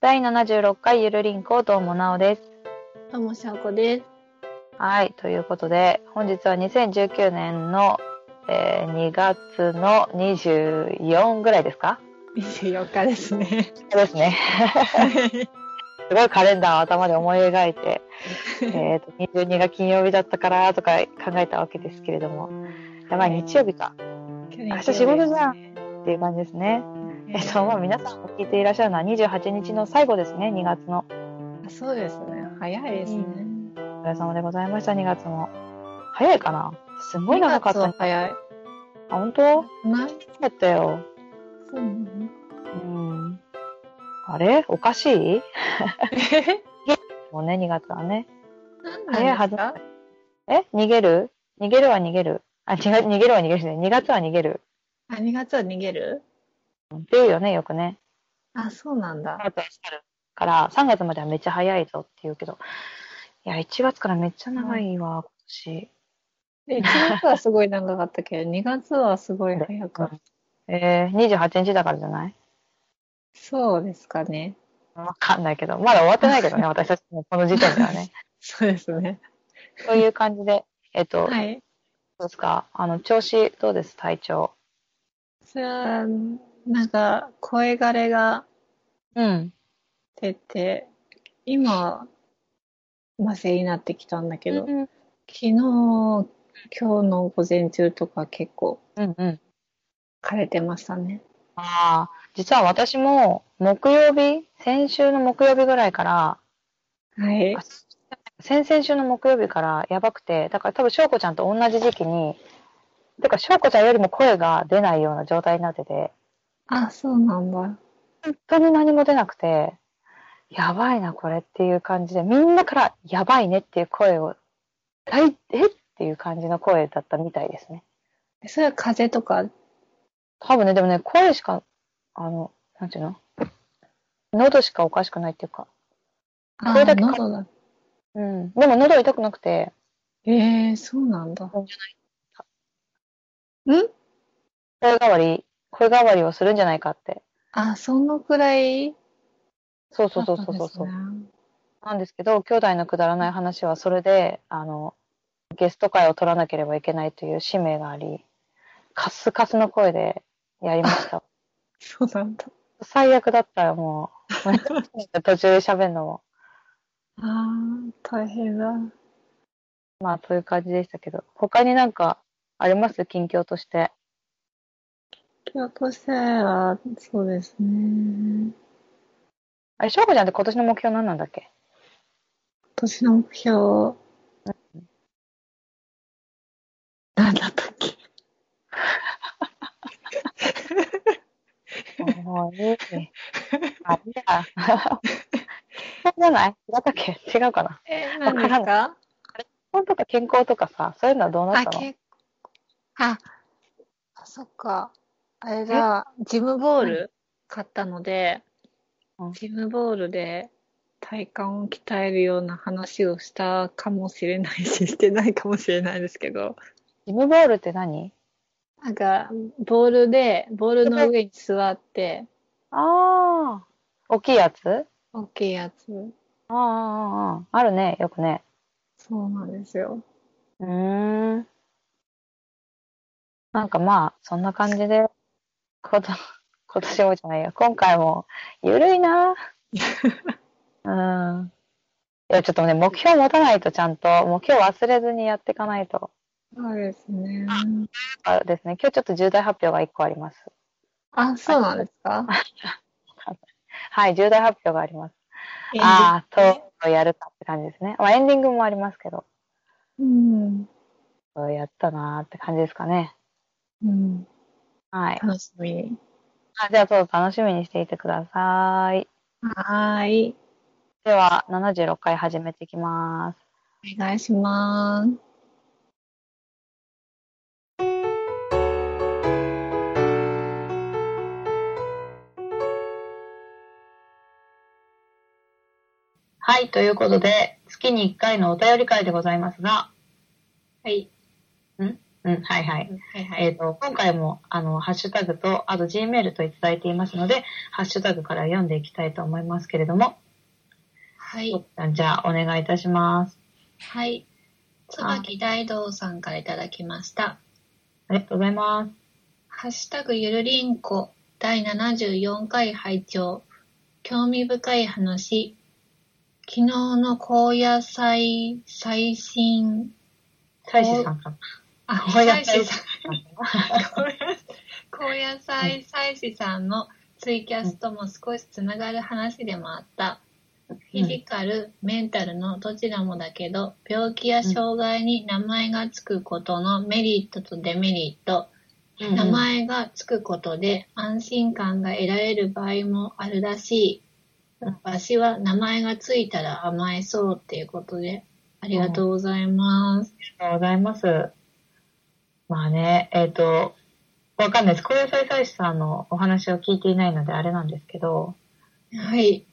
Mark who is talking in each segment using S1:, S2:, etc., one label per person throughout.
S1: 第76回ゆるりんこ、どうもなおです。
S2: どうも、しゃんこです。
S1: はい、ということで、本日は2019年の、えー2月の24ぐらいですか
S2: 24日ですね。
S1: ですね。すごいカレンダーを頭で思い描いて、えっと、22が金曜日だったからとか考えたわけですけれども、やばい、日曜日か
S2: 明
S1: 日仕事じゃっていう感じですね。えっと、まあ皆さんも聞いていらっしゃるのは28日の最後ですね、2月の。
S2: そうですね。早いですね。
S1: お疲れ様でございました、2月も。早いかなすごい
S2: 二
S1: 長かった
S2: 月は
S1: ね。
S2: 早い。
S1: あ、本当
S2: ない
S1: だったよ。
S2: そうなの
S1: うん。あれおかしいもうね、2月はね。早いはず
S2: 何なんで
S1: え逃げる逃げるは逃げる。あ、違う、逃げるは逃げるしね。2月は逃げる。
S2: すかあ、2月は逃げる
S1: っていうよね、よくね。
S2: あ、そうなんだ。
S1: 3月は去るから、3月まではめっちゃ早いぞって言うけど。いや、1月からめっちゃ長いわ、今年。
S2: で1月はすごい長かったけど、2月はすごい早かった。
S1: えー、28日だからじゃない
S2: そうですかね。
S1: わかんないけど。まだ終わってないけどね、私たちもこの時点ではね。
S2: そうですね。
S1: そういう感じで、えっと、
S2: はい。
S1: どうですかあの、調子どうです体調。
S2: それは、なんか、声枯れが
S1: うん。
S2: 出て、今、麻酔になってきたんだけ
S1: う
S2: ど、
S1: ん
S2: 昨日、今日の午前中とか結構
S1: うん。
S2: 枯れてましたね。
S1: ああ、実は私も木曜日、先週の木曜日ぐらいから、
S2: はい
S1: あ。先々週の木曜日からやばくて、だから多分翔子ちゃんと同じ時期に、てか翔子ちゃんよりも声が出ないような状態になってて、
S2: あ、そうなんだ。
S1: 本当に何も出なくて、やばいなこれっていう感じで、みんなからやばいねっていう声を、大えっていう感じの声だったみたいですね。
S2: それは風邪とか、
S1: 多分ね、でもね、声しか、あの、なんていうの喉しかおかしくないっていうか。
S2: あ
S1: これだけか
S2: 喉だ。
S1: うん。でも喉痛くなくて、
S2: えー、そうなんだ。ん
S1: 声変わり、声変わりをするんじゃないかって。
S2: あ、そのくらい
S1: そうそうそうそうそうそう、
S2: だったんで
S1: なんですけど、兄弟のくだらない話はそれで、あの、ゲスト会を取らなければいけないという使命があり、カスカスの声でやりま した。
S2: すね。そうなんだ。
S1: 最悪だったらもう、途中で喋るのも。
S2: あー、大変だ。
S1: まあ、そういう感じでしたけど。他になんかあります近況として。
S2: 気をとしては、そうですね。
S1: あれ、翔子ちゃんって今年の目標何なんだっけ
S2: 今年の目標、なんだったっけ
S1: もういい。あ、いや。 そうじゃない違ったっけ違うかな。
S2: えー、
S1: 何ですか
S2: か
S1: 本とか健康とかさ、そういうのはどうなっ
S2: あ、
S1: たの
S2: 結構。あ、あそっか。あれだ、ジムボール買ったので
S1: うん、
S2: ジムボールで体幹を鍛えるような話をしたかもしれないし、してないかもしれないですけど、
S1: ジムボールって何
S2: なんか、ボールで、ボールの上に座って、
S1: ああ。大きいやつ
S2: 大きいやつ。
S1: ああ、ああ、あるね、よくね。
S2: そうなんですよ。
S1: うーん。なんかまあ、そんな感じで、こと、 今年もじゃないよ。今回も、ゆるい な。うん。いや、ちょっとね、目標持たないとちゃんと、目標忘れずにやっていかないと。
S2: そうですね。
S1: あですね、今日ちょっと重大発表が1個あります。
S2: あ、そうなんですか
S1: はい、重大発表があります。
S2: エンディング
S1: ああ、とうとうやるかって感じですね。まあ、エンディングもありますけど、
S2: うん。
S1: やったなーって感じですかね。
S2: うん。
S1: はい。
S2: 楽しみに。
S1: あじゃあ、そう、楽しみにしていてください。
S2: はーい。
S1: では、76回始めていきます。
S2: お願いします。
S1: はい、ということで、月に1回のお便り会でございますが、
S2: はい。
S1: んうん、はいはい。
S3: はいは
S1: え
S3: い。
S1: っ、と、今回も、あの、ハッシュタグと、あと Gmail といただいていますので、ハッシュタグから読んでいきたいと思いますけれども、
S3: はい。
S1: じゃあ、お願いいたします。
S3: はい。椿大道さんからいただきました。
S1: ありがとうございます。
S3: ハッシュタグゆるりんこ第74回拝聴興味深い話昨日の高野菜最新
S1: 大志さんから。
S3: あ
S1: 高野菜
S3: 菜師さん 高野菜祭司さんのツイキャスとも少しつながる話でもあった、フィジカルメンタルのどちらもだけど病気や障害に名前がつくことのメリットとデメリット、
S1: うん
S3: 名前がつくことで安心感が得られる場合もあるらしい、
S1: うん
S3: わしは名前がついたら甘えそうっていうことでありがとうございます、
S1: ありがとうございます。まあね、えっ、と、わかんないです。高野菜大使さんのお話を聞いていないのであれなんですけど、
S3: はい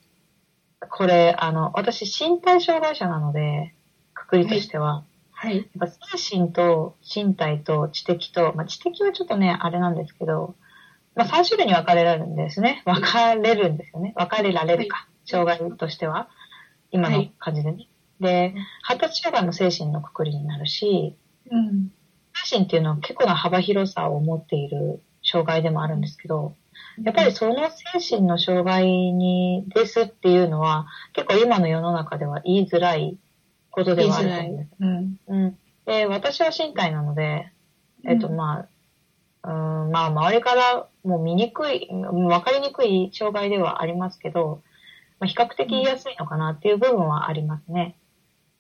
S1: これ、あの、私、身体障害者なので、くくりとしては、
S3: はい
S1: やっぱ精神と身体と知的と、まあ、知的はちょっとね、あれなんですけど、まあ、3種類に分かれられるんですね。分かれるんですよね。分かれられるか。障害としては、今の感じでね。で、発達障害も精神のくくりになるし、
S3: うん
S1: 精神っていうのは結構な幅広さを持っている障害でもあるんですけど、やっぱりその精神の障害にですっていうのは、結構今の世の中では言いづらいことではあると思うんです。
S2: うん。
S1: うん。で、私は身体なので、えっと、
S3: うん
S1: まあ、うん、まあ、周りからもう見にくい、うんわかりにくい障害ではありますけど、まあ、比較的言いやすいのかなっていう部分はありますね。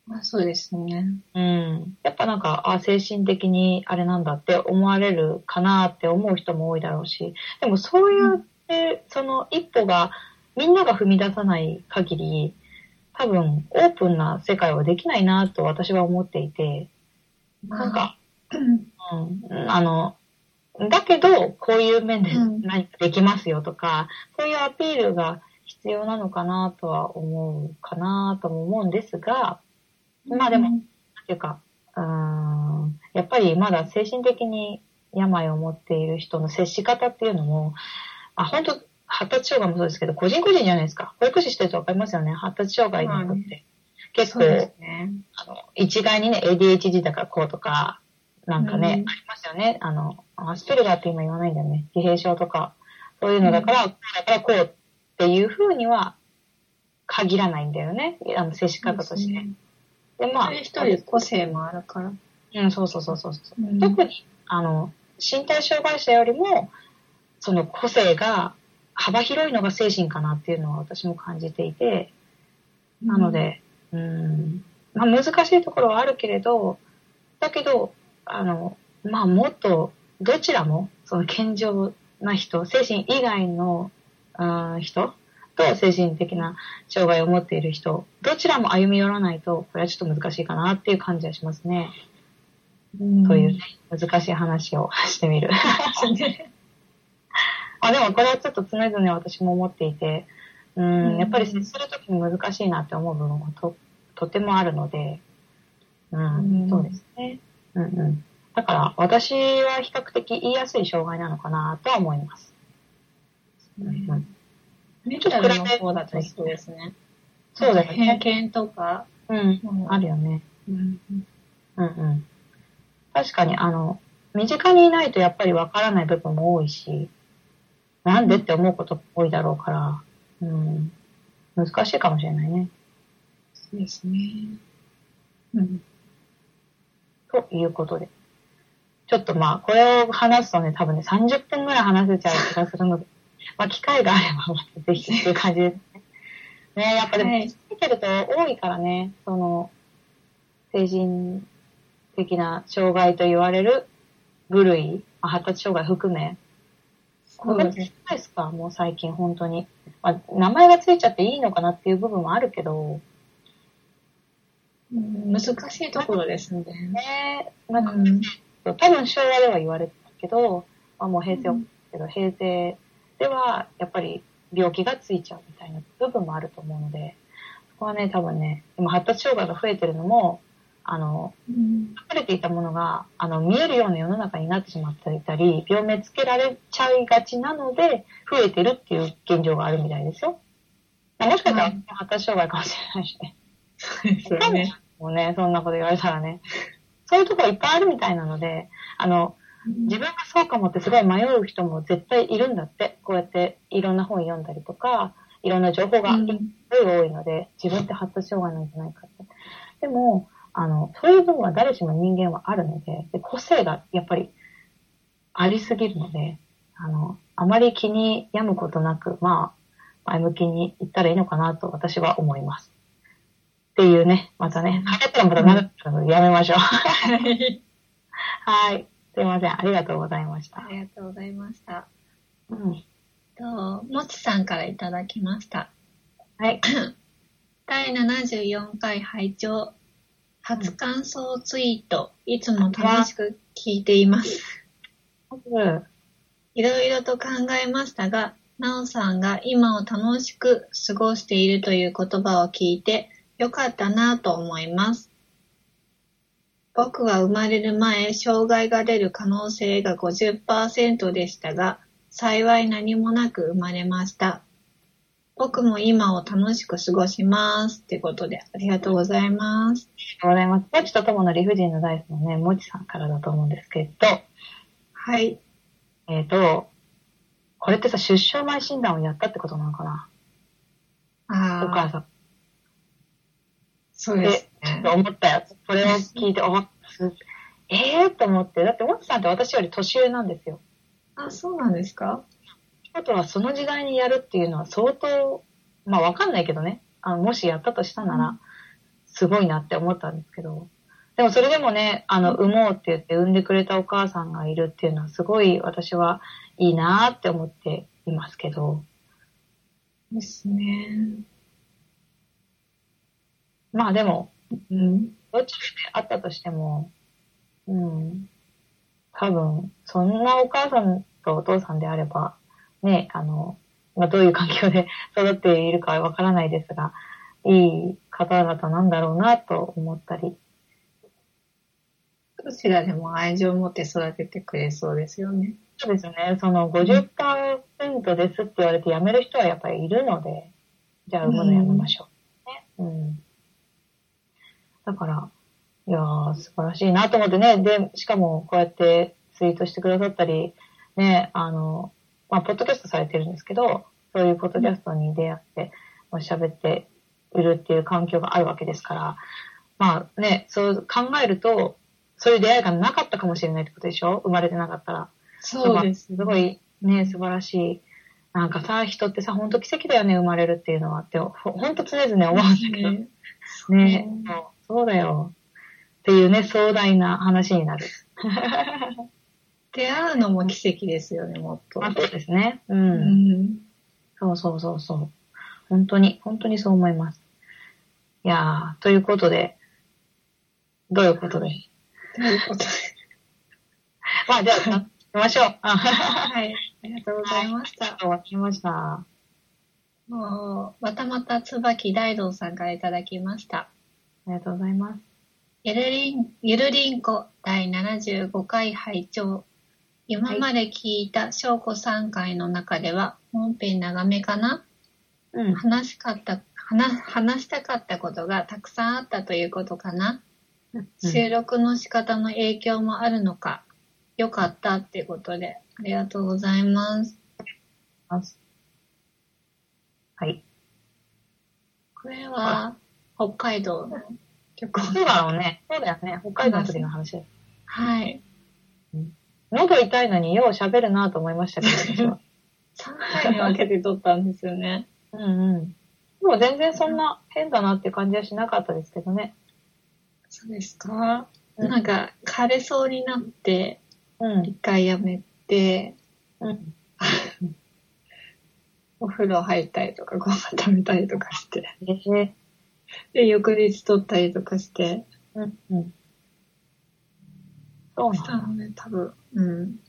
S3: まあ、そうですね
S1: うん。やっぱなんか、あ、精神的にあれなんだって思われるかなって思う人も多いだろうし、でもそういう、えその一歩が、みんなが踏み出さない限り、多分、オープンな世界はできないなと私は思っていて、なんか、うん、あの、だけど、こういう面で
S3: うん
S1: 何かできますよとか、そういうアピールが必要なのかなとは思うかなとも思うんですが、まあでも、
S3: う
S1: なんていうか、うん、やっぱりまだ精神的に病を持っている人の接し方っていうのも、あ、本当発達障害もそうですけど、個人個人じゃないですか。保育士してるとわかりますよね。発達障害の人って。結
S3: そうです
S1: 構、
S3: ね。
S1: あの、一概にね、ADHD だからこうとか、なんかね、
S3: うん
S1: ありますよね。あの、アスペルガーって今言わないんだよね。自閉症とか、そういうのだから、こうだからこうっていうふうには限らないんだよね。あの、接し方として。で、まあ、
S3: 一人一人個性もあるから。
S1: うん、そうそうそうそうそう。
S3: うん
S1: 特に、あの、身体障害者よりも、その個性が幅広いのが精神かなっていうのは私も感じていて、なので、うん、まあ難しいところはあるけれど、だけど、あの、まあもっと、どちらも、その健常な人、精神以外の、うん、人と精神的な障害を持っている人、どちらも歩み寄らないと、これはちょっと難しいかなっていう感じはしますね。
S3: うん、
S1: というね、難しい話をしてみる。 あでもこれはちょっと常々私も思っていて、うん、
S3: うん
S1: やっぱり接するときに難しいなって思う部分はととてもあるので、うん、
S3: うん
S1: そうですね。うんうん。だから私は比較的言いやすい障害なのかなとは思います。うんうん、
S3: メンタルの方だとそうですね。
S1: そうですね。
S3: 偏見とか、
S1: うん、あるよね。
S3: うん
S1: うんうん。確かに、あの、身近にいないとやっぱりわからない部分も多いし、なんでって思うことも多いだろうから、うん、難しいかもしれないね。
S3: そうですね。うん、
S1: ということで。ちょっとまあ、これを話すとね、多分ね、30分ぐらい話せちゃう気がするので、まあ、機会があれば、またぜひっていう感じですね。ねやっぱでも、
S3: は
S1: 聞
S3: い
S1: いてると多いからね、その、成人的な障害と言われる部類、まあ発達障害含め、
S3: そ
S1: こ
S3: う
S1: れ
S3: で
S1: っ
S3: す
S1: て
S3: ね。
S1: ないですか、もう最近、本当に。まあ、名前がついちゃっていいのかなっていう部分はあるけど、
S3: うん難しいところですね。
S1: ねなんか、
S3: うん
S1: 多分昭和では言われてたけど、まあ、もう平成はけど、平成ではやっぱり病気がついちゃうみたいな部分もあると思うので、そこはね、多分ね、今発達障害が増えてるのも、あの、
S3: うん
S1: 書かれていたものが、あの、見えるような世の中になってしまっていたり、病名つけられちゃいがちなので、増えてるっていう現状があるみたいですよ。まあもしかした
S3: は
S1: ら
S3: い、
S1: 発達障害かもしれないしね。
S3: そうですよね。
S1: もうね、そんなこと言われたらね。そういうところいっぱいあるみたいなので、あの、自分がそうかもってすごい迷う人も絶対いるんだって。こうやっていろんな本読んだりとか、いろんな情報が
S3: うん
S1: すごい多いので、自分って発達障害なんじゃないかって。でも、あの、そういう分は誰しも人間はあるので、で個性がやっぱりありすぎるので、あの、あまり気に病むことなく、まあ、前向きに言ったらいいのかなと私は思います。っていうね、またね、かけたらまた長くなるのでやめましょう。
S3: はい
S1: はい。すいません。ありがとうございました
S3: あ。りがとうございました。
S1: うん。
S3: と、もちさんからいただきました。
S1: はい。
S3: 第74回拝聴初感想ツイート、いつも楽しく聞いています。
S1: うん。
S3: いろいろと考えましたが、なおさんが今を楽しく過ごしているという言葉を聞いて、よかったなと思います。僕は生まれる前、障害が出る可能性が50%でしたが、幸い何もなく生まれました。僕も今を楽しく過ごします。ってことで、ありがとうございます。
S1: ありがとうございます。もちとともの理不尽のダイスのね、もちさんからだと思うんですけど、
S3: はい。
S1: えっ、と、これってさ、出生前診断をやったってことなのかなお母
S3: ああ、
S1: さん。
S3: そうですね。
S1: 思ったよ。それを聞いて、おすええー、と思って。だって、もちさんって私より年上なんですよ。
S3: あ、そうなんですか
S1: あとは、その時代にやるっていうのは相当、まあ、わかんないけどね。あの、もしやったとしたな
S3: う
S1: ら、すごいなって思ったんですけど。でも、それでもね、あの、産もうって言って産んでくれたお母さんがいるっていうのは、すごい私はいいなーって思っていますけど。
S3: ですね。
S1: まあでも、
S3: うん。
S1: どっちであったとしても、うん、多分、そんなお母さんとお父さんであれば、ね、あの、まあ、どういう環境で 育っているかわからないですが、いい方々なんだろうなと思ったり、
S3: どちらでも愛情を持って育ててくれそうですよね。
S1: そうですね、その50%ですって言われて辞める人はやっぱりいるので、じゃあ産むのやめましょう。ね。うん。だから、いやー、素晴らしいなと思ってね、で、しかもこうやってツイートしてくださったり、ね、あの、まあ、ポッドキャストされてるんですけど、そういうポッドキャストに出会って、まあ喋っているっていう環境があるわけですから、まあね、そう考えると、そういう出会いがなかったかもしれないってことでしょ生まれてなかったら。
S3: そうで
S1: す
S3: す。
S1: ごいね、素晴らしい。なんかさ、人ってさ、本当奇跡だよね、生まれるっていうのはって、本当常々思うんだけど。
S3: ね
S1: ね、そうそうだよ。っていうね、壮大な話になる。
S3: 出会うのも奇跡ですよね、もっと。
S1: まあそうですね。う。
S3: うんん。
S1: そうそうそうそう。本当に、本当にそう思います。いやー、ということで、どういうことで。
S3: ということで。
S1: まあ、じゃあ、行きましょう。あ
S3: はい。ありがとうございまし
S1: りが
S3: た。
S1: とうございました。
S3: もう、またまた椿大道さんからいただきました。
S1: ありがとうございます。
S3: ゆるりん、ゆるりんこ第75回拝聴今まで聞いた翔子3回の中では、本編長めかな
S1: うん。
S3: 話しかった話話したかったことがたくさんあったということかな、収録の仕方の影響もあるのかよかったっていうことでありがとうございます
S1: はい。
S3: これは北海道の曲
S1: そうだろうね。そうだよね。北海道の時の話です。
S3: はい
S1: 喉痛いのによう喋るなと思いましたけど、私は。
S3: 3回に分けて撮ったんですよね
S1: うんうん。でも全然そんな変だなっていう感じはしなかったですけどね。
S3: そうですかなんか枯れそうになって
S1: うん。
S3: 一回やめて
S1: うん。
S3: お風呂入ったりとかご飯食べたりとかして
S1: ええ
S3: で翌日撮ったりとかして
S1: うんうん。そう
S3: した
S1: な
S3: のね、多分、うん。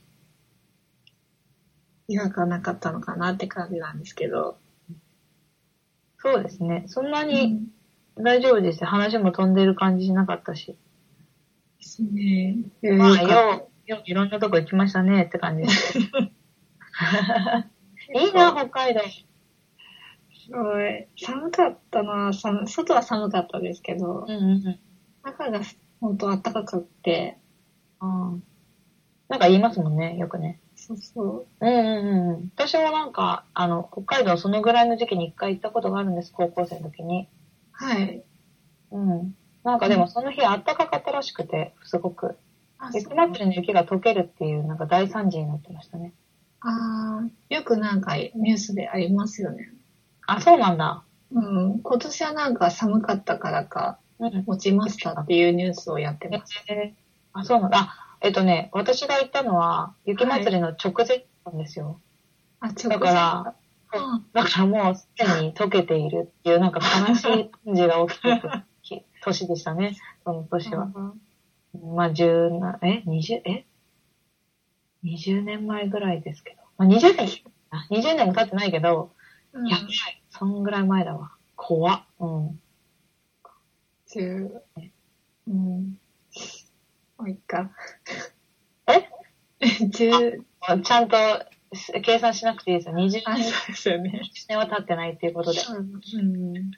S3: 違和感なかったのかなって感じなんですけど。
S1: そうですね。そんなに、大丈夫ですよ。話も飛んでる感じしなかったし。
S3: ですね。
S1: まあ、
S2: よかっ
S1: よう、よういろんなとこ行きましたねって感じ です。いいな、北海道。
S3: すごい。寒かったな寒外は寒かったですけど、
S1: うんうんうん。
S3: 中が本当暖かくって、
S1: ああなんか言いますもんね、よくね。
S3: そうそう。
S1: うんうんうんうん。私もなんか、あの、北海道そのぐらいの時期に一回行ったことがあるんです、高校生の時に。
S3: はい。
S1: うん。なんかでもその日あったかかったらしくて、すごく。
S3: あ
S1: エ
S3: そ
S1: ク
S3: う
S1: ナップルの雪が溶けるっていう、なんか大惨事になってましたね。
S3: あーよくなんかニュースでありますよね。
S1: あ、そうなんだ。
S3: うん。今年はなんか寒かったからか、
S1: うん。
S3: 落ちましたっていうニュースをやってます。
S1: えあ、そうなんだ。あ、えっとね、私が行ったのは、雪祭りの直前なんですよ。
S3: あ、直
S1: だから、
S3: あ
S1: だからもうすでに溶けているっていう、なんか悲しい感じが起きてくる日年でした ね、その年は。まあ、十な、え、二十、え二十年前ぐらいですけど。まあ、二十年、あ二十年も経ってないけど、
S3: うん
S1: やばい。そんぐらい前だわ。怖っ。うん。
S3: 中、うん。もういっ か。
S1: え
S3: ?10、
S1: ちゃんとす計算しなくていいですよ。20
S3: あ、
S1: 年
S3: そ、うですよね。
S1: 20年は経ってないっていうことで。
S3: うん。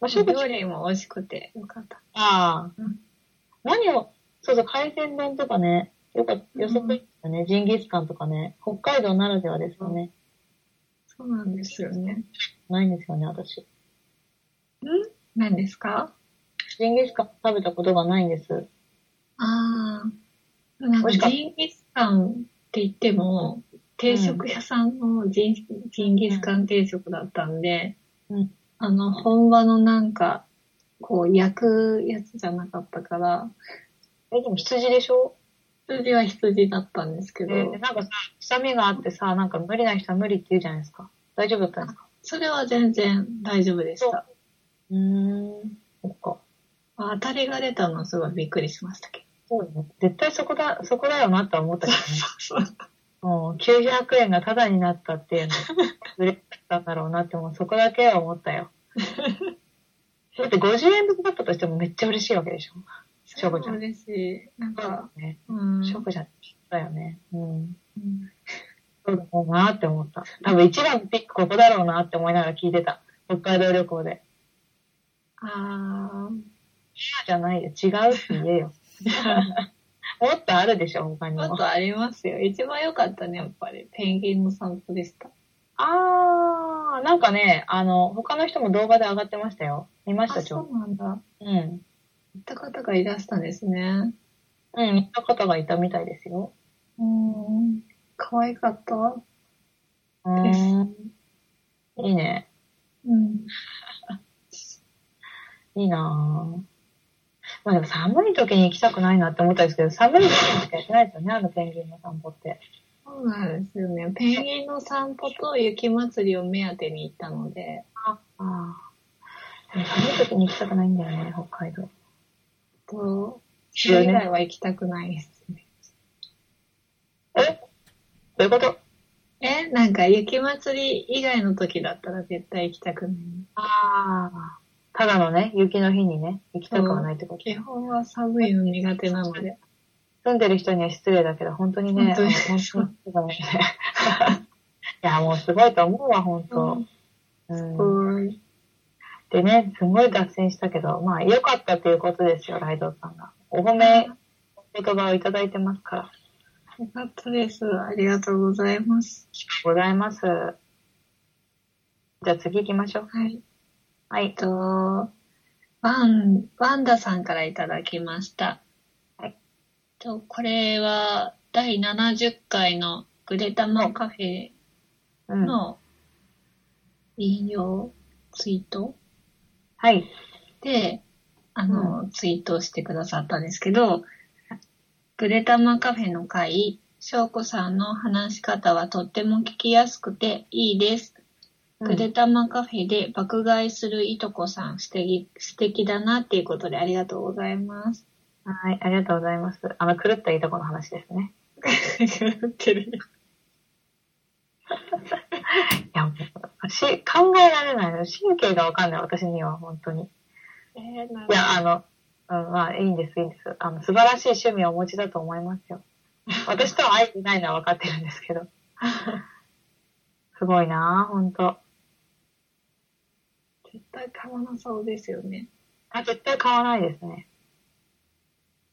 S1: まあ、正直
S3: 料理も美味しくてよかった。
S1: ああ
S3: うん。
S1: 何を、そうそう、海鮮丼とかね、よかった、予測
S3: うん
S1: したね、ジンギスカンとかね、北海道ならではですよね。
S3: そうなんですよね。
S1: ないんですよね、私。
S3: 何ですか
S1: ジンギスカン食べたことがないんです。
S3: ああ。なん
S1: 美
S3: か
S1: 味しかった
S3: ジンギスカンって言っても、定食屋さんのジン,、ジンギスカン定食だったんで、
S1: うん
S3: あの、本場のなんか、こう、焼くやつじゃなかったから、
S1: え、でも羊でしょ
S3: 羊は羊だったんですけ
S1: えな
S3: ど、
S1: んかさ、臭みがあってさ、なんか無理な人は無理って言うじゃないですか。大丈夫だったんですか
S3: それは全然大丈夫でした。
S1: うーん。そっか。
S3: 当たりが出たのはすごいびっくりしましたけど。
S1: そうだね。絶対そこだ、そこだよなって思ったけどね。
S3: そう
S1: もう900円がタダになったっていうの、嬉しかったんだろうなって、もうそこだけは思った よ。だって50円分だったとしてもめっちゃ嬉しいわけでしょ。しょうこちゃん
S3: 嬉しい。なんか、
S1: ね。
S3: うん。
S1: ショックじゃん。だよね。うん。
S3: うん
S1: そうだろうなって思った。多分一番のピックここだろうなって思いながら聞いてた。北海道旅行で。
S3: あ
S1: じゃないよ。違うって言え よ。もっとあるでしょ、他に
S3: あ、もっ
S1: も。
S3: とありますよ。一番良かったね、やっぱり。ペンギンの散歩でした。
S1: あー、なんかね、あの、他の人も動画で上がってましたよ。見まし
S3: あ、
S1: た、ちょ
S3: そうなんだ。
S1: うど。うん。
S3: 行った方がいらしたんですね。
S1: うん、見た方がいたみたいです よ。
S3: うん。可愛かった。
S1: うーん。いいね。
S3: うん。
S1: いいなぁ。まあでも寒い時に行きたくないなって思ったんですけど、寒い時にしかやってないですよね、あのペンギンの散歩って。
S3: そうなんですよね。ペンギンの散歩と雪祭りを目当てに行ったので、
S1: ああ。でも寒い時に行きたくないんだよね、北海道。
S3: と、それ以外は行きたくないですね。
S1: えどういうこと
S3: え、なんか雪祭り以外の時だったら絶対行きたくない。
S1: ああ。ただのね、雪の日にね、行きたくはないってこと。
S3: 基本は寒いの苦手なので。
S1: 住んでる人には失礼だけど、本当にね、
S3: 本当に
S1: あの本当に失礼だね。いや、もうすごいと思うわ、本当。うん
S3: うん
S1: でね、すごい脱線したけど、まあ、良かったということですよ、ライドウさんが。お褒め、お言葉をいただいてますから。
S3: よかったです。ありがとうございます。
S1: ございます。じゃあ次行きましょう。
S3: はい。
S1: はい
S3: えっ。と、ワン、ワンダさんからいただきました。
S1: はい。
S3: と、これは、第70回のグレタマカフェ
S1: うん。
S3: の引用ツイート
S1: はい。
S3: で、あの、ツイートしてくださったんですけど、グレタマカフェの回、翔子さんの話し方はとっても聞きやすくていいです。
S1: う
S3: く
S1: ん
S3: でたまカフェで爆買いするいとこさん、素敵、素敵だなっていうことでありがとうございます。
S1: はい。ありがとうございます。あの、狂ったいとこの話ですね。
S3: てる。
S1: いや、もうし考えられないの。神経がわかんない、私には、本当に。
S3: えー、ないる
S1: や、あの、うん、まあ、いいんです、いいんです。あの、素晴らしい趣味をお持ちだと思いますよ。私とは会えてないのは分かってるんですけど。 すごいなぁ、ほんと。
S3: ほど絶対買わなそうですよね。
S1: あ、絶対買わないですね。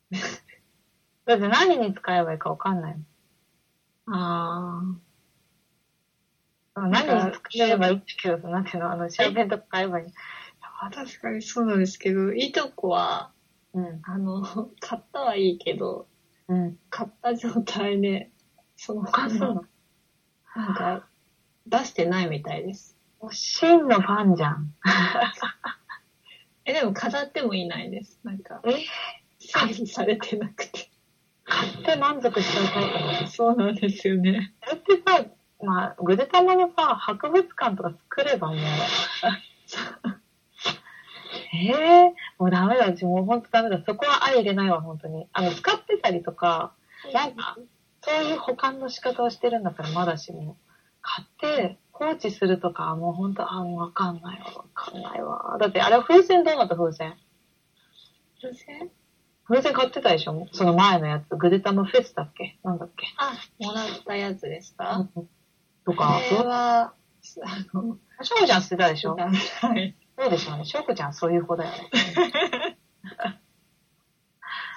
S1: だって何に使えばいいか分かんないもん。
S3: あ
S1: うん何に使えばいいんだけど、なんていうの、あの、シャーペンとか買えばいい。
S3: あ、確かにそうなんですけど、いとこは、
S1: うん。
S3: あの、買ったはいいけど、
S1: うん。
S3: 買った状態で、その
S1: あ、そうな
S3: ま
S1: の
S3: ま。なんか、出してないみたいです。
S1: もう真のファンじゃん。
S3: え、でも飾ってもいないです。なんか、
S1: え
S3: 整理されてなくて。
S1: 買って満足しちゃうタイプなの
S3: そうなんですよね。
S1: それってさ、まあ、ぐでたまのさ、博物館とか作ればもう。 ええもうダメだ、うちもう本当ダメだ。そこは相入れないわ、本当に。あの、使ってたりとか、なんか、そういう保管の仕方をしてるんだったらまだしも、買って放置するとか、もう本当、あ、もうわかんないわ、わかんないわ。だってあれは風船どうなった風船
S3: 風船
S1: 風船買ってたでしょその前のやつ。ぐでたまフェスだっけなんだっけ
S3: あ、もらったやつです
S1: う
S3: か
S1: んと
S3: こ
S1: か、
S3: れは、あの、
S1: そう、しょうちゃん捨てたでしょ
S3: はい。
S1: そうでしょうね。しょうこちゃんそういう子だよね。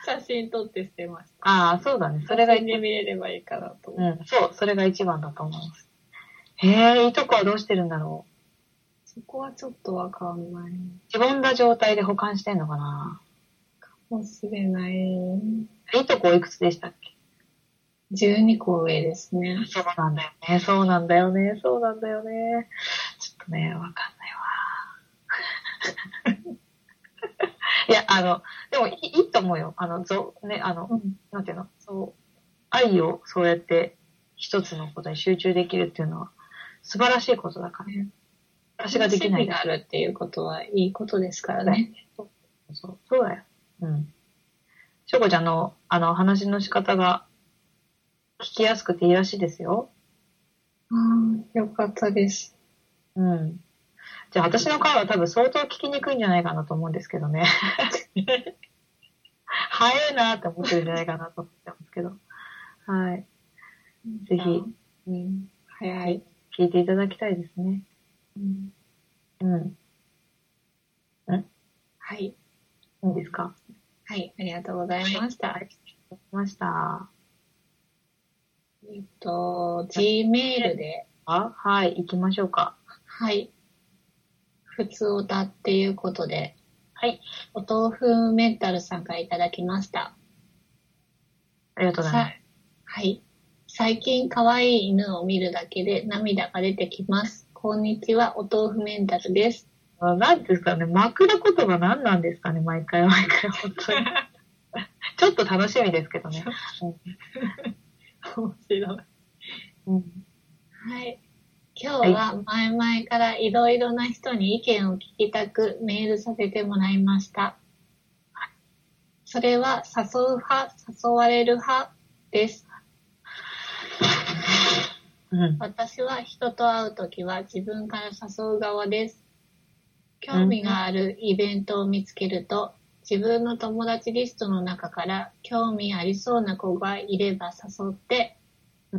S3: 写真撮って捨てました。
S1: ああ、そうだね。そ
S3: そ
S1: れ
S3: れ
S1: が
S3: が
S1: 一
S3: で見れればいいかなと
S1: う
S3: 思う。
S1: ん、そう、それが一番だと思います。へえ、いとこはどうしてるんだろう。
S3: そこはちょっとわかんない。
S1: しぼんだ状態で保管してんのかな
S3: もしれない。
S1: いとこおいくつでしたっけ
S3: 12個上ですね。
S1: そうなんだよね。そうなんだよね。そうなんだよね。ちょっとね、わかん ないわ。いや、あの、でもいいいいと思うよ。あの、ぞ、ね、あの、
S3: うん
S1: なんていうの、そう、愛をそうやって一つのことに集中できるっていうのは素晴らしいことだからね。私ができない
S3: 趣味があるっていうことはいいことですからね。
S1: そうそうだよ。うん。しょこちゃんの、あの、話の仕方が聞きやすくていいらしいですよ。
S3: うん、よかったです。
S1: うん。じゃあ私の回は多分相当聞きにくいんじゃないかなと思うんですけどね。 早いなって思ってるんじゃないかなと思ってますけど。はい。ぜひ、
S3: うん。早い。
S1: 聞いていただきたいですね。
S3: うん
S1: うん。
S3: はい。
S1: いいですか
S3: はい。ありがとうございました。
S1: ました。
S3: えっと、Gmail で、
S1: あ、はい、行きましょうか。
S3: はい。普通歌っていうことで、
S1: はい。
S3: お豆腐メンタルさんからいただきました。
S1: ありがとうございます。
S3: はい。最近可愛い犬を見るだけで涙が出てきます。こんにちは、お豆腐メンタルです。
S1: あなんですかね、枕言葉何なんですかね、毎回毎回、本当に。ちょっと楽しみですけどね。
S3: 面白い。
S1: うん、
S3: はい。今日は前々からいろいろな人に意見を聞きたくメールさせてもらいました。それは誘う派、誘われる派です。
S1: うん、
S3: 私は人と会うときは自分から誘う側です。興味があるイベントを見つけると、自分の友達リストの中から興味ありそうな子がいれば誘って、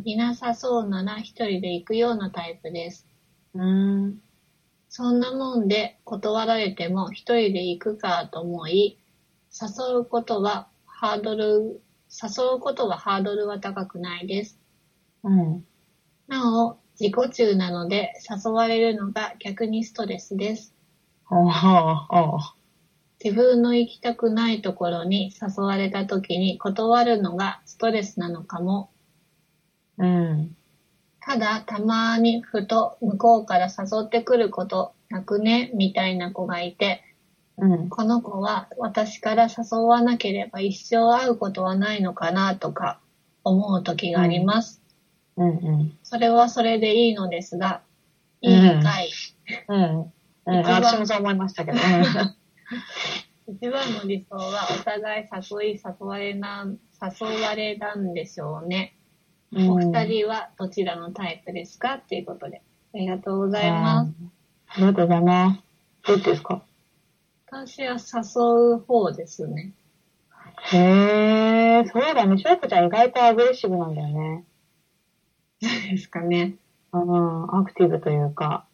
S3: いなさそうなら一人で行くようなタイプです。
S1: うん、
S3: そんなもんで断られても一人で行くかと思い、誘うことはハードル、誘うことはハードルは高くないです。
S1: うん、
S3: なお、自己中なので誘われるのが逆にストレスです。
S1: おーおー
S3: 自分の行きたくないところに誘われた時に断るのがストレスなのかも。
S1: うん、
S3: ただ、たまにふと向こうから誘ってくることなくねみたいな子がいて、
S1: うん、
S3: この子は私から誘わなければ一生会うことはないのかなとか思う時があります。
S1: うん、うん、
S3: それはそれでいいのですが、いい機会、
S1: うん。うん、あ私もそう思いましたけど。うん
S3: 一番の理想はお互い誘い誘われな、誘われ なんでしょうね。お二人はどちらのタイプですかっていうことで。ありがとうございます。
S1: ありがとうございます。どうですか
S3: 私は誘う方ですね。
S1: へえ、そうだね。ちょこちゃん意外とアグレッシブなんだよね。
S3: ですかね。
S1: うん、アクティブというか、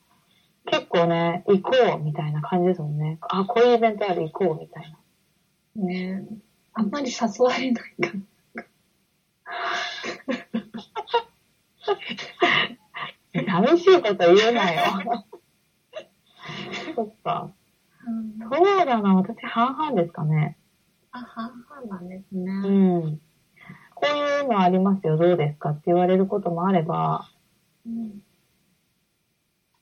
S1: 結構ね、行こうみたいな感じですもんね。あ、こういうイベントある、行こうみたいな。
S3: ねあんまり誘われないか
S1: 寂しいこと言うなよ。 そっか。
S3: ら。うん、
S1: そうだな、私半々ですかね。
S3: あ、半々なんです
S1: う
S3: ね。
S1: ん。こういうのありますよ、どうですかって言われることもあれば、
S3: うん、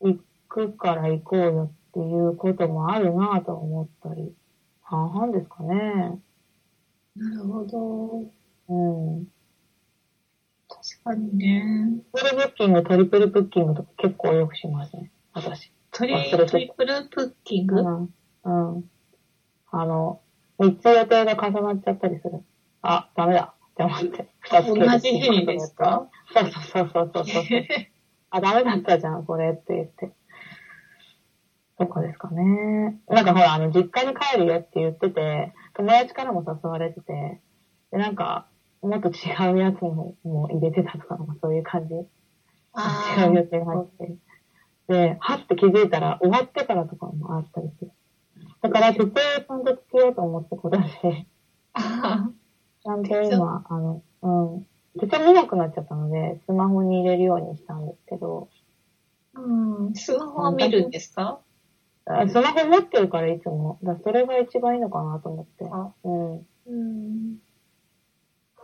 S1: 行くから行こうよっていうこともあるなぁと思ったり、半々ですかね。
S3: なるほど。
S1: うん。
S3: 確かにね。
S1: フルブッキング、トリプルブッキングとか結構よくしますね、私。
S3: トリ
S1: 忘れてた
S3: トリプルブッキン
S1: う
S3: グ、
S1: ん。うん。あの、3つ予定が重なっちゃったりする。あ、ダメだって思って。二つ
S3: 同じ日にですか
S1: そうそうそうそうそうそう。 あ、ダメだったじゃん、これって言って。とかですかね。なんかほら、あの、実家に帰るよって言ってて、友達からも誘われてて、で、なんか、もっと違うやつももう入れてたとか、なんかそういう感じ。
S3: あ
S1: 違う
S3: ー
S1: 予定が入ってる。で、はって気づいたら終わってからとかもあったりする。だから、絶対ちゃんと付き合おうと思ってこだし、
S3: あ
S1: ちゃんと今、あの、うん。絶対見なくなっちゃったので、スマホに入れるようにしたんですけど、
S3: ー、うん、スマホを見るんですか
S1: あスマホ持ってるからいつも。だからそれが一番いいのかなと思って。
S3: あ
S1: うん。
S3: うん、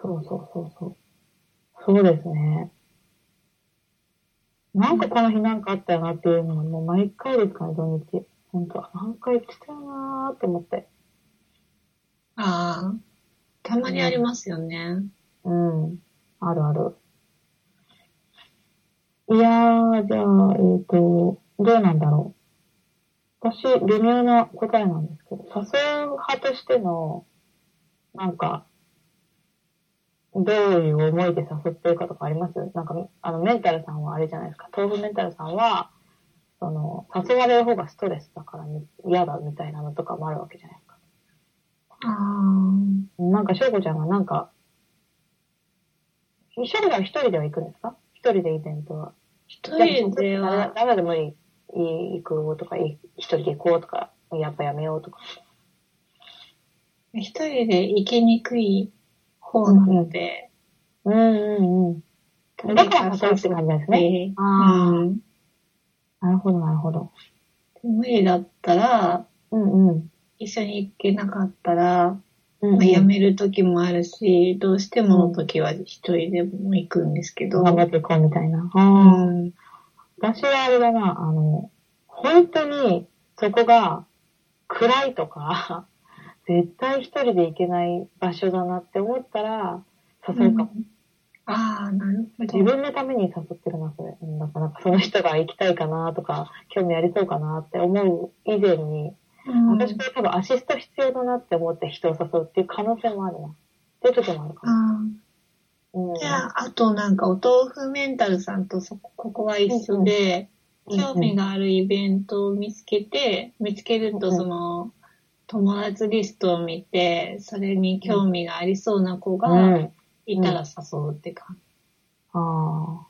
S1: そうそうそうそう。そうですね。なんかこの日なんかあったよなっていうのはもう毎回ですから、土日。本当何回来たよなーって思って。
S3: ああ、たまにありますよね。
S1: うん。あるある。いやー、じゃあ、えっ、と、どうなんだろう。私、微妙な答えなんですけど、誘う派としての、なんか、どういう思いで誘ってるかとかありますなんか、あの、メンタルさんはあれじゃないですか。豆腐メンタルさんは、その、誘われる方がストレスだから嫌だみたいなのとかもあるわけじゃないですか。
S3: あー
S1: なんか、しょうこちゃんがなんか、しょうこちゃんは一人では行くんですか一人でイベントは。
S3: 一人では、
S1: ダメでもいい、行くとか、い一人で行こうとか、やっぱやめようとか。
S3: 一人で行きにくい方なので、
S1: うんうんうん。だから誘うって感じなんですね。
S3: ね。
S1: ああ、
S3: うん、
S1: なるほどなるほど。
S3: 無理だったら、
S1: うんうん。
S3: 一緒に行けなかったら、
S1: うん
S3: ま
S1: うん、
S3: あ、辞める時もあるし、どうしてもの時は一人でも行くんですけど、
S1: 頑張っていこうみたいな。あー
S3: うん、
S1: 私はあれだな、あの、本当にそこが暗いとか、 絶対一人で行けない場所だなって思ったら、誘うかも。
S3: んああ、なるほど。
S1: 自分のために誘ってるな、それ。うんだから、その人が行きたいかなとか、興味ありそうかなって思う以前に、
S3: うん
S1: 私は多分アシスト必要だなって思って人を誘うっていう可能性もあるな。っていう時もあるかな。
S3: あ
S1: うん
S3: ーじゃあ、あとなんかお豆腐メンタルさんとそこここは一緒で、
S1: うんうん
S3: 興味があるイベントを見つけて、見つける
S1: う
S3: と
S1: んうん
S3: その、友達リストを見て、それに興味がありそうな子
S1: う
S3: が
S1: ん。
S3: いたら誘うって感
S1: あ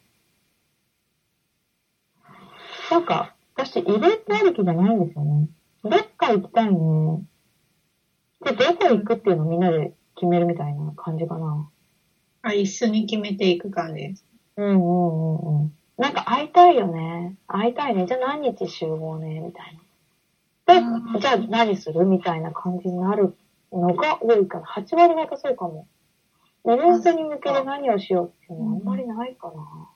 S1: あ。なんか、私、イベントある気じゃないんですよね。どっか行きたいね。で、どこ行くっていうのをみんなで決めるみたいな感じかな。
S3: じ。あ、一緒に決めていく感じです。
S1: うんうんうんうん。なんか会いたいよね。会いたいね。じゃあ何日集合ね、みたいな。
S3: う
S1: で、
S3: ん
S1: じゃあ何するみたいな感じになるのが多いから、8割方そうかも。イベントに向けて何をしようっていうのはあんまりないかな。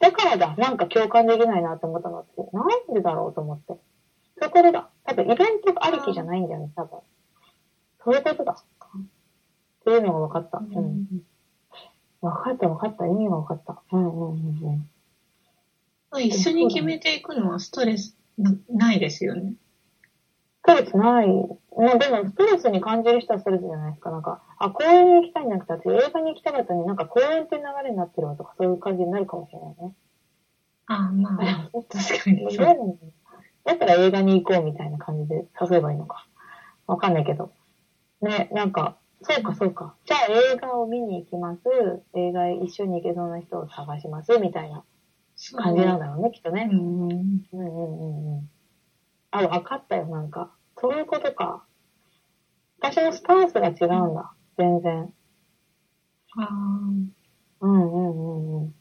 S1: だからだ、なんか共感できないなって思ったのって、なんでだろうと思って。そういうことだ。多分イベントありきじゃないんだよね、多分。そういうことだ。っていうのが分かった。うん分かった分かった。意味が分かった。うんうんうんうん。
S3: 一緒に決めていくのはストレスなないですよね。
S1: ストレスない。まあでも、ストレスに感じる人はストレスじゃないですか。なんか、あ、公園に行きたいんじゃなくて、私映画に行きたかったのに、なんか公園っていう流れになってるわとか、そういう感じになるかもしれないね。
S3: あ、まあ、
S1: 確かに。だから映画に行こうみたいな感じで誘えばいいのか。わかんないけど。ね、なんか、そうかそうか。じゃあ映画を見に行きます。映画一緒に行けそうな人を探します。みたいな
S3: そう
S1: 感じなんだろうね、きっと
S2: う
S1: ね。
S2: ん。
S1: うんうんうんうん。あ、わかったよ、なんか。そういうことか。私のスタンスが違うんだ。全然。
S3: あ
S1: うんうんうんうん。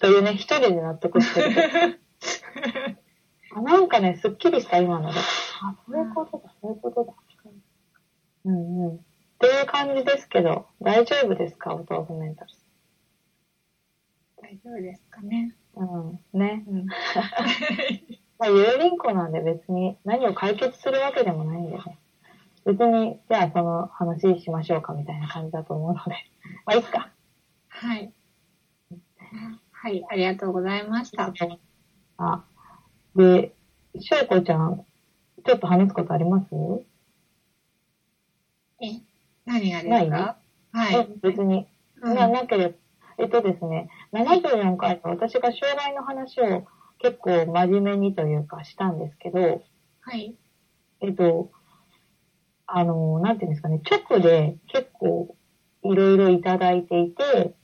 S1: というね、一人で納得してる。 あなんかね、すっきりした今ので。あ、そういうことだ、そういうことだ。うんうん。っていう感じですけど、大丈夫ですかお豆腐メンタル。
S3: ー大丈夫ですかね。
S1: うん。ね。
S2: うん
S1: まあ、ゆうりんこなんで別に何を解決するわけでもないんでね。別に、じゃあその話しましょうかみたいな感じだと思うので。 まあ、いいっすか。
S3: はい。はい、ありがとうございました。
S1: あ、で、しょうこちゃん、ちょっと話すことあります
S3: 何がですかは
S1: え
S3: い。
S1: 別に。
S3: うん
S1: まあ、なければ、えっとですね、74回の私が障害の話を結構真面目にというかしたんですけど、
S3: はい。
S1: えっと、あの、なんていうんですかね、直で結構いろいろいただいていて、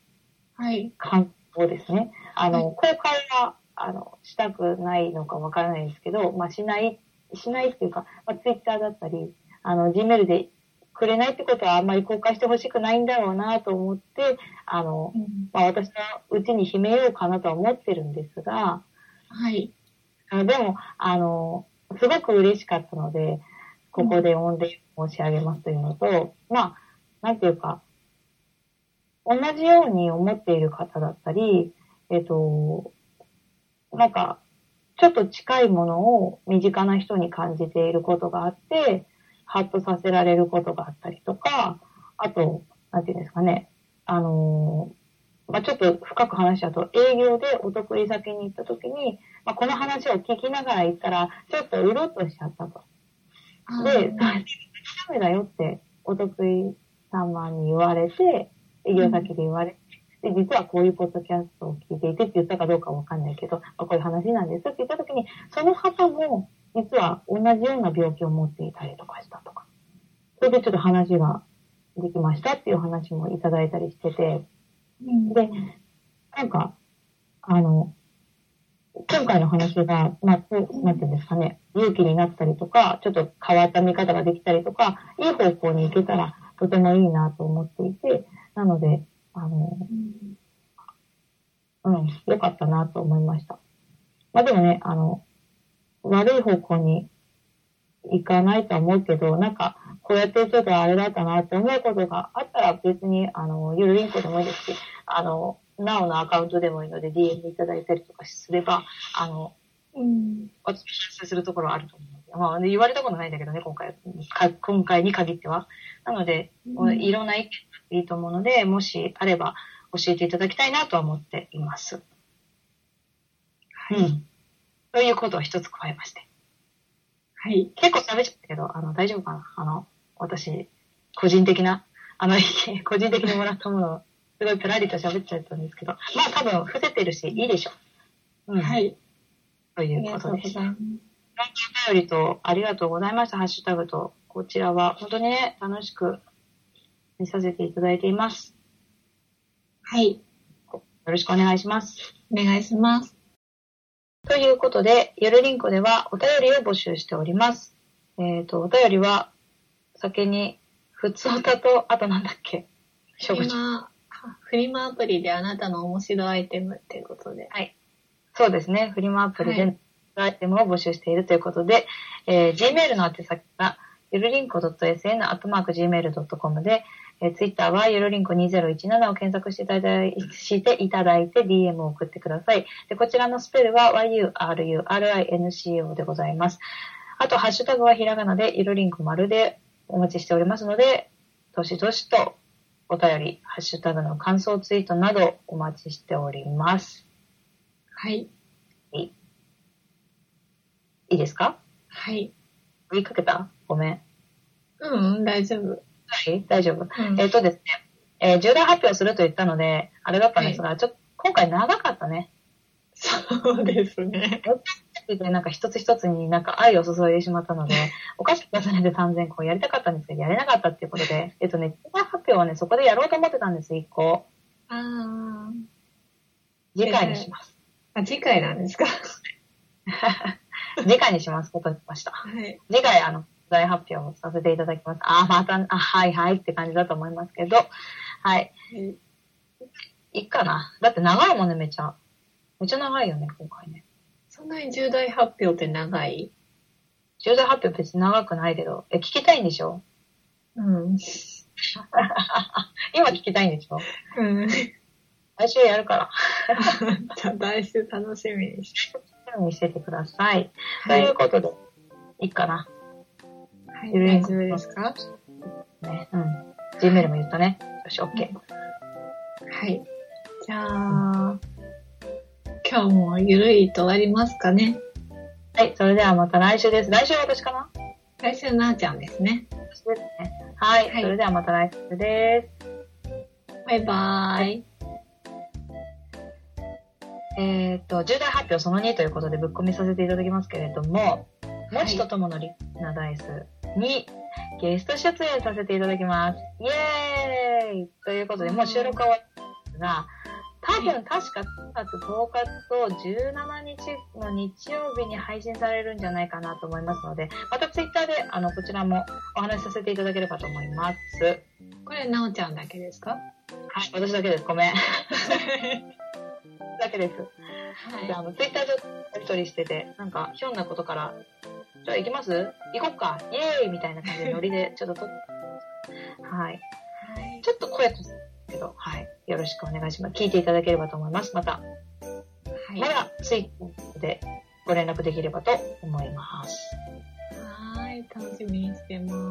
S3: はい。
S1: 感想ですね。あの、公開は、あの、したくないのかわからないですけど、まあ、しない、しないっていうか、まあ、ツイッターだったり、あの、Gmail でくれないってことはあんまり公開してほしくないんだろうなと思って、あの、
S3: うん
S1: まあ、私のうちに秘めようかなとは思ってるんですが、
S3: はい。
S1: あでも、あの、すごく嬉しかったので、ここで御礼申し上げますというのと、まあ、なんていうか、同じように思っている方だったり、えっと、なんか、ちょっと近いものを身近な人に感じていることがあって、ハッとさせられることがあったりとか、あと、なんていうんですかね、あのまあ、ちょっと深く話しちゃうと、営業でお得意先に行った時に、まあ、この話を聞きながら行ったら、ちょっとうろっとしちゃったと。
S3: あー
S1: で、ダメだよってお得意様に言われて、営業先で言われて、で、実はこういうポッドキャストを聞いていてって言ったかどうかわかんないけど、まあこういう話なんですって言った時に、その方も実は同じような病気を持っていたりとかしたとか、それでちょっと話ができましたっていう話もいただいたりしてて、
S3: うん
S1: で、なんか、あの、今回の話が、まあ、こうなんていうんですかね、勇気になったりとか、ちょっと変わった見方ができたりとか、いい方向に行けたらとてもいいなと思っていて、なので、あの、
S3: うん
S1: うん、良かったなと思いました。まあでもね、あの、悪い方向に行かないとは思うけど、なんか、こうやってちょっとあれだったなって思うことがあったら別に、あの、ゆるりんこでもいいですし、あの、なおのアカウントでもいいので DM いただいたりとかすれば、あの、
S3: うん
S1: 私も申請するところはあると思うので。まあ、言われたことないんだけどね、今回、か今回に限っては。なので、
S3: うん
S1: いろんな意見いいと思うので、もしあれば教えていただきたいなとは思っています。うん。ということを一つ加えまして。
S3: はい。
S1: 結構喋っちゃったけど、あの、大丈夫かなあの、私、個人的な、あの、意 見個人的にもらったものを、すごいペラリと喋っちゃったんですけど、まあ多分、伏せてるし、いいでしょう。うん。。
S3: はいい。
S1: と
S3: あ
S1: い
S3: り
S1: うこ
S3: がと
S1: と
S3: うご
S1: で
S3: ざ
S1: す。
S3: います。
S1: お便りと、ありがとうございました、ハッシュタグと、こちらは、本当にね、楽しく見させていただいています。
S3: はい。
S1: よろしくお願いします。
S3: お願いします。
S1: ということで、ゆるりんこではお便りを募集しております。えっ、と、お便りは、先に、ふつおたと、あとなんだっけ、しょうこちゃん
S3: 今、フリマアプリであなたの面白アイテムっていうことで。
S1: そうですね、フリマアプリ
S3: は
S1: でアイテムを募集しているということで、えー Gmail の宛先が、ゆるりんこ .sn.gmail.com で、えー、Twitter はゆるりんこ2017を検索していただいしていただいて DM を送ってください。でこちらのスペルは yururinco でございます。あと、ハッシュタグはひらがなで、ゆるりんこ丸でお持ちしておりますので、どしどしとお便り、ハッシュタグの感想ツイートなどお待ちしております。
S3: はい。
S1: いいですか
S3: はい。
S1: 言いかけたごめん。
S3: うん、うん大丈夫。
S1: はい大丈夫。
S3: うん
S1: えっ、とですね、えー重大発表すると言ったので、あれだったんですが、ちょっと今回長かったね。
S3: そうですね。
S1: でなんか一つ一つになんか愛を注いでしまったので、お菓子出されて3000個やりたかったんですけど、やれなかったっていうことで、えっとね、一番発表はね、そこでやろうと思ってたんです、一個。
S3: あ
S1: 次回にします。
S3: あ。あ、次回なんですか。
S1: 次回にしますことにしました。
S3: はい。
S1: 次回、あの、大発表をさせていただきます。あー、また、あ、はいはいって感じだと思いますけど、はい。いいかな。だって長いもんね、めちゃ。めちゃ長いよね、今回ね。
S3: そんなに重大発表って長い
S1: 重大発表別に長くないけど、え、聞きたいんでしょ
S3: うん。
S1: 今聞きたいんでしょ
S3: うん。
S1: 来週やるから。
S3: じゃあ来週楽しみにして。
S1: 見せてください。
S3: は
S1: とい
S3: い。
S1: うことで、いいかな。
S3: はい、
S1: ゆる
S3: 大
S1: い
S3: 丈夫ですか
S1: ね。うん。Gmail も言ったね。よし、OK。
S3: はい。じゃあ、今日もゆるいと終わりますかね。
S1: はい、それではまた来週です。来週は私かな
S3: 来週なあちゃんですね。
S1: 私ですね。はい、
S3: はい
S1: それではまた来週です。
S3: バイバーイ。
S1: えっ、と、重大発表その2ということでぶっ込みさせていただきますけれども、もちととものリスナーダイスにゲスト出演させていただきます。イエーイということで、もう収録は終わったんですが、多
S3: は
S1: 分確か3月10日と17日の日曜日に配信されるんじゃないかなと思いますので、またツイッターであのこちらもお話しさせていただければと思います。はい、
S3: これなおちゃんだけですか
S1: 私だけです。ごめん。 だけです。
S3: はい
S1: であのツイッターでやり取りしてて、なんか、ひょんなことから、じゃあ行きます行こっかイエーイみたいな感じでノリで、ちょっとと、はい。
S3: はい
S1: ちょっと声とすけど、はい。よろしくお願いします。聞いていただければと思います。また、ま
S3: は
S1: だツイッターでご連絡できればと思います。
S3: い。はい。楽しみにしてます。